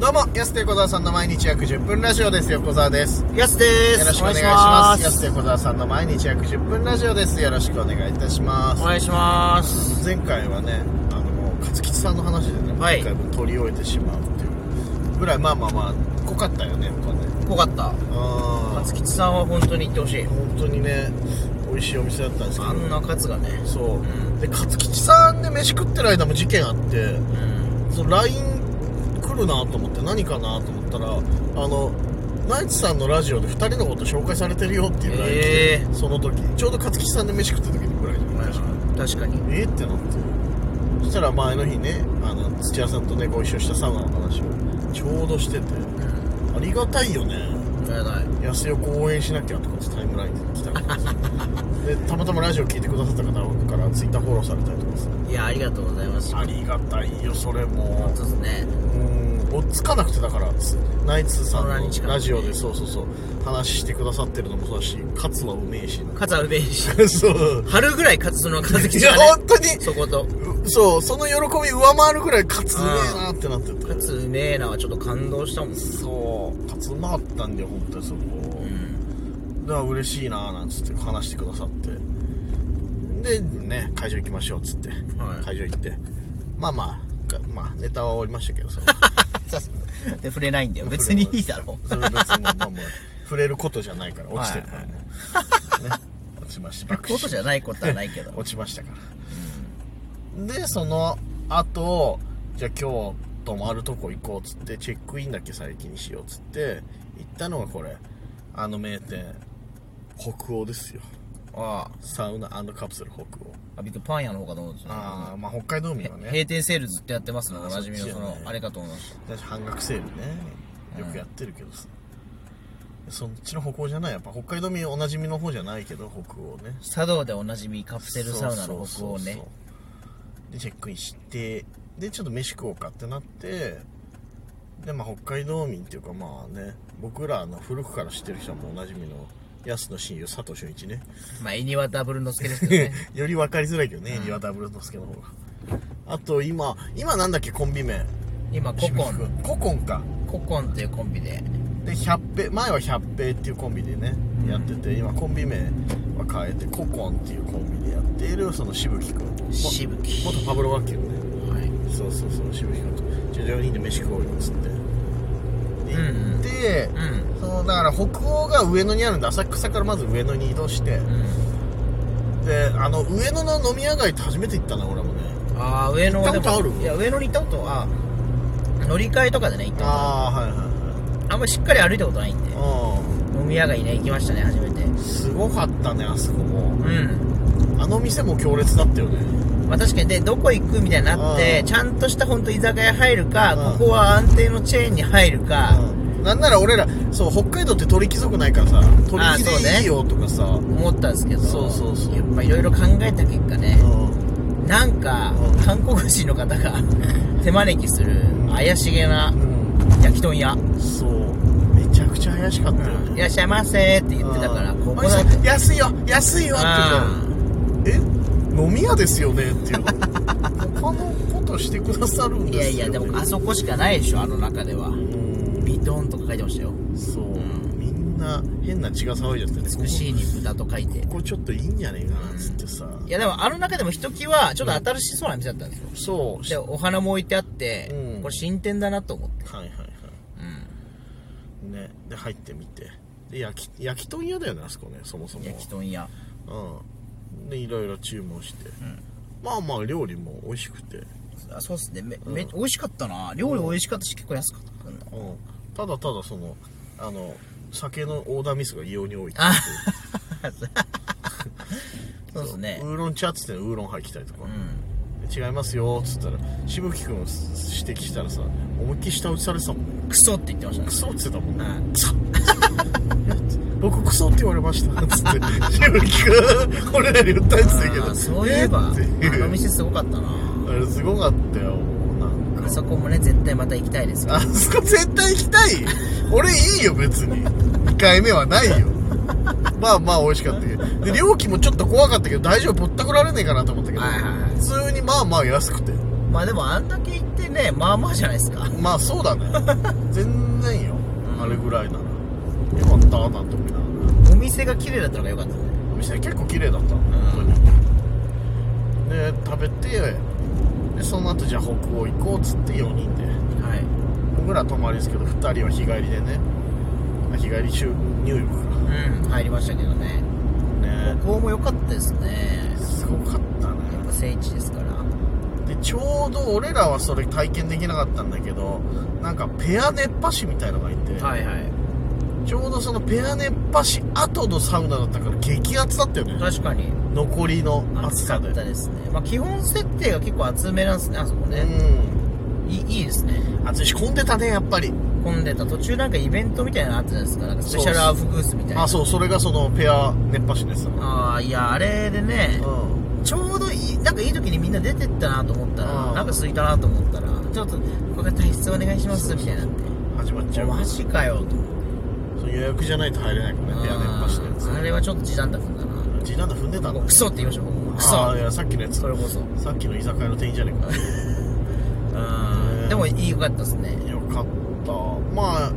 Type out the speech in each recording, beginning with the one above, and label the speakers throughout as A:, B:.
A: どうも、安手小沢さんの毎日約10分ラジオです。横澤です。
B: やすです
A: よろしくお願いします。安
B: す
A: 手小沢さんの毎日約10分ラジオです。よろしくお願いいたしま
B: お願いします
A: す。前回はね、あの、もう勝吉さんの話でね、
B: はい
A: 一回分取り終えてしまうっていうぐらい、まあまあまあ、濃かったよね、お金。
B: ぽかった
A: あ
B: 勝吉さんは本当に行ってほしい
A: ー本当にね、美味しいお店だったんですけ
B: あんな勝がね
A: ど、そうう。で、勝吉さんで飯食ってる間も事件あって、
B: うん
A: その LINE 来るなと思って何かなと思ったらあのナイツさんのラジオで2人のこと紹介されてるよっていう LINE 来て、
B: ええ
A: その時ちょうど勝吉さんで飯食った時にぐらいじゃないですか
B: 確かに
A: えー、ってなってそしたら前の日ねあの土屋さんとねご一緒したサウナの話をちょうどしてて
B: うん
A: ありがたいよね
B: あれない
A: 安横応援しなきゃとかってタイムラインで来たりとかさでたまたまラジオ聞いてくださった方からツイッターフォローされたりとかさ
B: いやありがとうございます
A: ありがたいよそれも
B: 本当ですね
A: うん追っつかなくてだからつナイツさん
B: そんなに近
A: の
B: くて
A: ラジオでそうそうそう話してくださってるのもそうだし勝つはうめえし
B: 勝はうめえし
A: そう
B: 春ぐらい勝その勝
A: い
B: 吉
A: や
B: がね
A: 本当に
B: そこと
A: うそうその喜び上回るぐらい勝つうめえなってなってて
B: 勝うめえなはちょっと感動した もん
A: そう勝つうまかったんだよ本当にそこ
B: うん
A: だから嬉しいななんつって話してくださってでね会場行きましょうっつって、
B: はい
A: 会場行ってまあまあがまあネタは終わりましたけどさ
B: で触れないんだよ別にいいだろ
A: それ別にまあまあ触れることじゃないから落ちてるからね,、ね落ちました
B: ことじゃないことはないけど
A: 落ちましたからでその後じゃあ今日泊まるとこ行こうっつってチェックインだけ最近にしようっつって行ったのがこれあの名店北欧ですよ
B: あ
A: サウナカプセル北欧
B: あビッグパン屋の方かと思うんですよ
A: ああまあ北海道民はね
B: 閉店セールずっとやってますのおなじみのそ
A: そっ
B: の
A: ちじゃない
B: あれかと思いました
A: 半額セールねよくやってるけどさ、そっちの北欧じゃないやっぱ北海道民おなじみの方じゃないけど北欧ね
B: 茶道でおなじみカプセルサウナの北欧
A: そうそう
B: ね
A: そうでチェックインしてでちょっと飯食おうかってなってでまあ北海道民っていうかまあね僕らの古くから知ってる人はもうおなじみの安の親友佐藤俊一 ね
B: まあイニワダブルの助ですけどね
A: より分かりづらいけどね、岩田ブル之助の方があと今今なんだっけコンビ名
B: 今ココン
A: ココンか
B: ココンっていうコンビで
A: で百平前は百平っていうコンビでね、やってて今コンビ名は変えてココンっていうコンビでやっているそのしぶきくん
B: しぶき
A: 元パブロ学級のね
B: はい
A: そうそうそう渋谷君とじゃあ4人で飯食おうよっつってで
B: うん
A: 行って、
B: うん
A: そのだから北欧が上野にあるんで浅草からまず上野に移動して、
B: うん
A: であの上野の飲み屋街って初めて行ったな俺もね
B: ああ上野は
A: 行ったことある
B: いや上野に行ったことは乗り換えとかでね行ったこ
A: ああはいはいはい
B: とあんまりしっかり歩いたことないんで
A: あ
B: 飲み屋街ね行きましたね初めて
A: あすごかったねあそこも
B: うん
A: あの店も強烈だったよね
B: まあ確かにでどこ行くみたいになっ
A: う
B: て
A: ん
B: ちゃんとした本当居酒屋入るか
A: うん
B: ここは安定のチェーンに入るか
A: なんなら俺らそう北海道って鳥貴族ないからさ鳥貴
B: あーそう
A: で
B: ね
A: いいよとかさう,、
B: 思ったんですけど
A: そうそうそう
B: やっぱいろいろ考えた結果ね
A: ん
B: なんか
A: うん
B: 韓国人の方が手招きする怪しげな
A: う
B: 焼き豚屋
A: ん、そうめちゃくちゃ怪しかったよね、
B: いらっしゃいませって言ってたからここだ
A: あ
B: って
A: れ安いよ安いよって
B: あ
A: 言うのえ飲み屋ですよねっていう 他のことしてくださるん
B: ーい
A: で
B: や
A: すよ
B: いやでもあ
A: あ
B: そこしかないでしょあの中では
A: うん
B: ビトンとか書いてましたよ
A: そう、
B: ん
A: みんな変な血が騒いじゃってね
B: 美しい
A: こ
B: に豚と書いて
A: こここちょっといいんじゃねえかなっつってさ、
B: いやでもあの中でもひときわちょっと新しそうな店だったんですよ
A: そうし
B: で
A: は
B: お花も置いてあって
A: うん
B: これ新店だなと思って
A: いはいはいねで入ってみてで焼き焼き豚屋だよねあそこねそもそも
B: 焼き豚屋
A: うんでいろいろ注文して、まあまあ料理も美味しくて
B: あそうっすねめめ美味しかったな料理美味しかったし結構安かったんだ
A: うん、ただただそのあの酒のオーダーミスが異様に多いって
B: あそうですね
A: ウ。ーロン茶っつってウーロン入ってたりとか、
B: うん。
A: 違いますよっつったらしぶき君を指摘したらさ思いっきり下打ちされてたもんね
B: クソって言ってましたね
A: ク。ソっつってたもんね、
B: うん
A: クソ僕クソって言われましたっつってしぶき君俺らに訴えてたけ
B: あ
A: ど
B: ーそういえば、あ
A: えっていう
B: の店すごかったな。
A: あれすごかったよなんか
B: あそこもね、絶対また行きたいですよ。
A: あそこ絶対行きたい俺いいよ別に2回目はないよまあまあ美味しかったけどで料金もちょっと怖かったけど大丈夫ぼったくられねえかなと思ったけど
B: はいはいはい
A: 普通にまあまあ安くて
B: まあでもあんだけ行ってねまあまあじゃないですか
A: まあそうだね全然よ
B: うん
A: あれぐらいならよかったなんて思いながら
B: お店が綺麗だったのが良かったね
A: お店結構綺麗だったのね
B: うん
A: 本当にで食べてでその後じゃあ北欧行こうっつって4人で
B: はい
A: 僕ら泊まりですけど2人は日帰りでねあ日帰り中入浴か
B: うん入りましたけどね
A: ね
B: ここも良かったですね
A: すごかったね
B: やっぱ聖地ですから
A: でちょうど俺らはそれ体験できなかったんだけどなんかペア熱波師みたいのがいて、
B: いはい
A: ちょうどそのペア熱波師後のサウナだったから激アツだったよね
B: 確かに
A: 残りの暑
B: 暑か
A: さで
B: ったですねまあ基本設定が結構厚めなんですねあそこね、
A: う
B: いいいいですね
A: ん暑いし混んでたねやっぱり
B: 混んでた途中なんかイベントみたいなのあったじゃないですかなんかスペシャルアウフグースみたいな
A: あそうそれがそのペア熱波師ですう
B: ああいやあれでね
A: ん
B: ちょうどいいなんかいい時にみんな出てったなと思った
A: あ
B: ら
A: ー
B: なんか空いたなと思ったらちょっとここが退出お願いしますみたいになって
A: 始まっちゃう
B: マジかよと思って
A: そう予約じゃないと入れないからねペア熱波師のやつ
B: あーあれはちょっと時短だ踏んだな
A: ジなんだ踏んでた
B: もう
A: の
B: クソって言いましょう僕もク
A: あ
B: ソ
A: あいやさっきのやつ
B: それこそ
A: さっきの居酒屋の店員じゃねえか
B: うんでもいいよかったですね
A: よかったまあ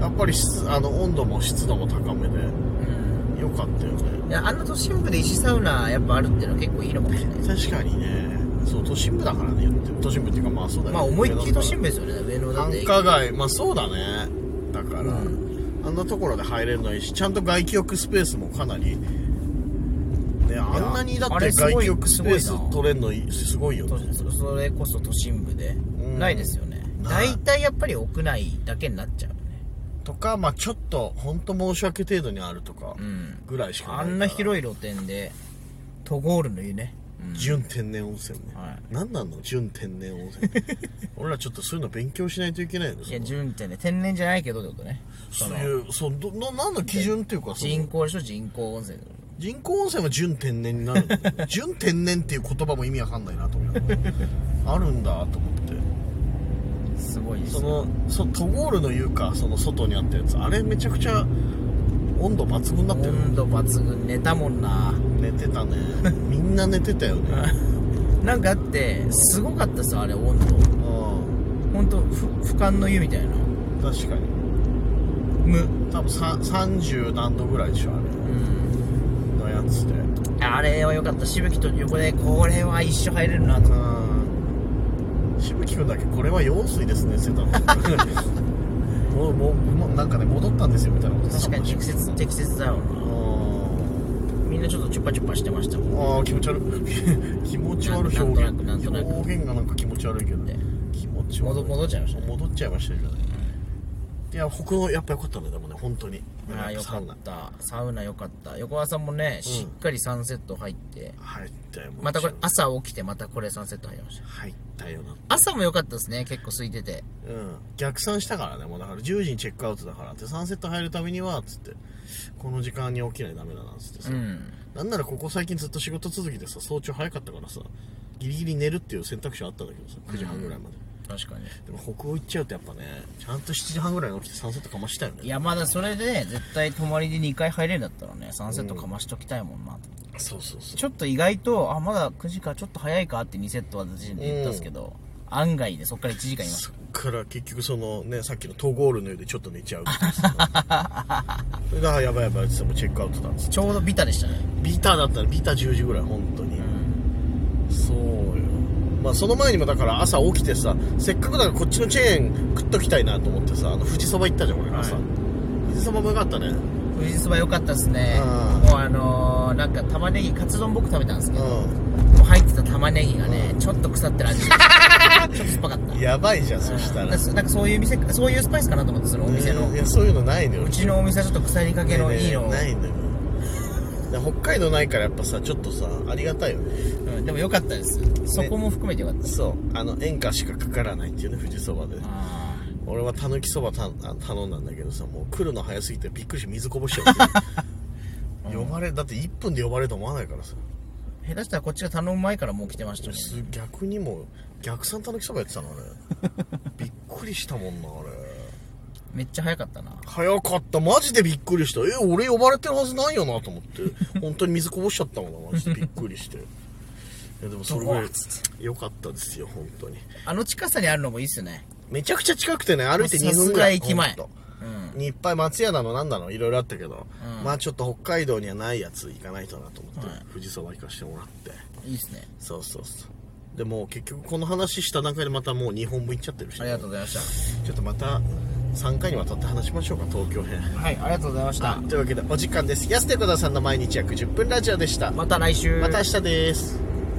A: やっぱり湿あの温度も湿度も高めで
B: うん
A: よかったよね
B: いやあんな都心部で石サウナやっぱあるっていうのは結構いいのかもしれない
A: 確かにねそう都心部だからね言っても都心部っていうかまあそうだよね
B: まあ思いっきり都心
A: 部
B: 部ですよね上野だって
A: 繁華街まあそうだねだから、
B: うん
A: あんなところで入れるのいいしちゃんと外気浴スペースもかなりねあんなにだっ
B: あ
A: て
B: れすごい
A: 外気浴スペー
B: すごい
A: ス
B: な
A: 取れるのいいすごいよ
B: 都
A: ね
B: 心そそれこそ都心部で
A: ん
B: ないですよね
A: ない
B: 大体やっぱり屋内だけになっちゃうね
A: とかまあちょっと本当申し訳程度にあるとか
B: うん
A: ぐらいしかない
B: あ
A: から
B: んな広い露店でトゴールの湯ね、うん
A: 純天然温泉ね、
B: は
A: 何なんの純天然温泉って 俺らちょっとそういうの勉強しないといけないよね
B: いや純ってね天然じゃないけどってことね
A: そのそういうそうどな何の基準っていうかその
B: 人工でしょ人工温泉
A: 人工温泉は純天然になるんだ よね純天然っていう言葉も意味わかんないなと思ってあるんだと思って
B: すごいです
A: そ
B: よ
A: のそトゴールの言うかその外にあったやつあれめちゃくちゃ温度抜群だったよね
B: 温度抜群寝たもんな
A: 寝てたねみんな寝てたよ ね
B: なんかあってすごかったですよあれ温度
A: うん
B: 本当ふ俯瞰の湯みたいな
A: 確かに
B: 無
A: 多分さ30何度ぐらいでしょあれ
B: うん
A: のやつで
B: あれは良かったしぶきと横でこれは一緒入れるなと
A: うんしぶきくんだけこれは用水ですねって言ってた のもうもうもうなんかね戻ったんですよみたいなこと言って
B: 確
A: た
B: か
A: もんね
B: に適切適切だろうなみんなちょっとチュッパチュッパしてましたもん
A: あーあー気持ち悪い 気持ち悪い
B: なんと
A: 表
B: な
A: 現
B: くなんとなく
A: 表現がなんか気持ち悪いけど
B: ね
A: 気持ち悪
B: 戻
A: い
B: 戻っちゃいましたね
A: 戻っちゃいましたけどねいや北欧やっぱ良かったねでもね本当に
B: ああよかったサウナよかった横川さんもね、しっかりサンセット入って
A: 入ったよ
B: またこれ
A: あ
B: 朝起きてまたこれサンセット入りました
A: 入ったよな
B: 朝も良かったですね結構空いてて
A: うん逆算したからねもうだから10時にチェックアウトだからってサンセット入るためにはつってこの時間に起きないとダメだなつってさ、
B: うん
A: なんならここ最近ずっと仕事続きでさ早朝早かったからさギリギリ寝るっていう選択肢はあったんだけどさ9時半ぐらいまで、
B: 確かに
A: でも北欧行っちゃうとやっぱねちゃんと7時半ぐらいに起きてサンセットかましたよ
B: い
A: ね
B: やまだそれでね絶対泊まりで2回入れるんだったらねサンセットかましときたいもんなと、
A: そうそうそう
B: ちょっと意外とあまだ9時かちょっと早いかって2セットは私で言ったんですけど、案外ねそっから1時間いました
A: そっから結局そのねさっきのトゴールのようでちょっと寝ちゃうっていうさ それであやばいやばいって言ってもうチェックアウトだっつって
B: ちょうどビタでしたね
A: ビタだったらビタ10時ぐらい本当に、そうよまあその前にもだから朝起きてさせっかくだからこっちのチェーン食っときたいなと思ってさあの富士そば行ったじゃん俺ら朝、
B: はい
A: 富士そばもよかったね
B: 富士そば良かったですね
A: うん
B: もうあのー、なんか玉ねぎカツ丼僕食べたんですけど、
A: う
B: もう入ってた玉ねぎがねちょっと腐ってる味 してたちょっと酸っぱかった
A: んやばいじゃんそした
B: うん
A: ら
B: だからなんかそういう店そういうスパイスかなと思ってそのお店の
A: いやそういうのないのよ
B: うちのお店はちょっと腐りかけのいいのを、
A: ないのよで北海道ないからやっぱさちょっとさありがたいよね
B: うん、でも良かったですそこも含めて良かったです、
A: そうあの演歌しかかからないっていうね富士そばで
B: あ
A: 俺はたぬきそばたあ頼んだんだけどさもう来るの早すぎてびっくりして水こぼしちゃう 呼ばれだって1分で呼ばれると思わないからさ
B: ー下手したらこっちが頼む前からもう来てましたね
A: す逆にもう逆算たぬきそばやってたのあれびっくりしたもんなあれ
B: めっちゃ早かったな
A: 早かったマジでびっくりしたえ俺 呼ばれてるはずないよなと思って本当に水こぼしちゃったもんなマジでびっくりしていやでもそれぐら
B: ど
A: い
B: こ
A: 良かったですよ本当に
B: あの近さにあるのもいいっすよね
A: めちゃくちゃ近くてね歩いて2
B: さ
A: 分ぐ
B: すが
A: らい
B: 駅前
A: ほんと
B: うん
A: にいっぱい松屋なのなんなのいろいろあったけど、
B: うん
A: まあちょっと北海道にはないやつ行かないとなと思って、
B: はい
A: 富士そば行かしてもらって
B: いいっすね
A: そうそうそうでもう結局この話した段階でまたもう2本分いっちゃってるし、
B: ありがとうございまし
A: ちょっとまた3回にわたって話しましょうか東京編
B: たはいありがとうございまし
A: あというわけでお時間です安手小田さんの毎日約10分ラジオでしたま
B: また来週
A: た明日です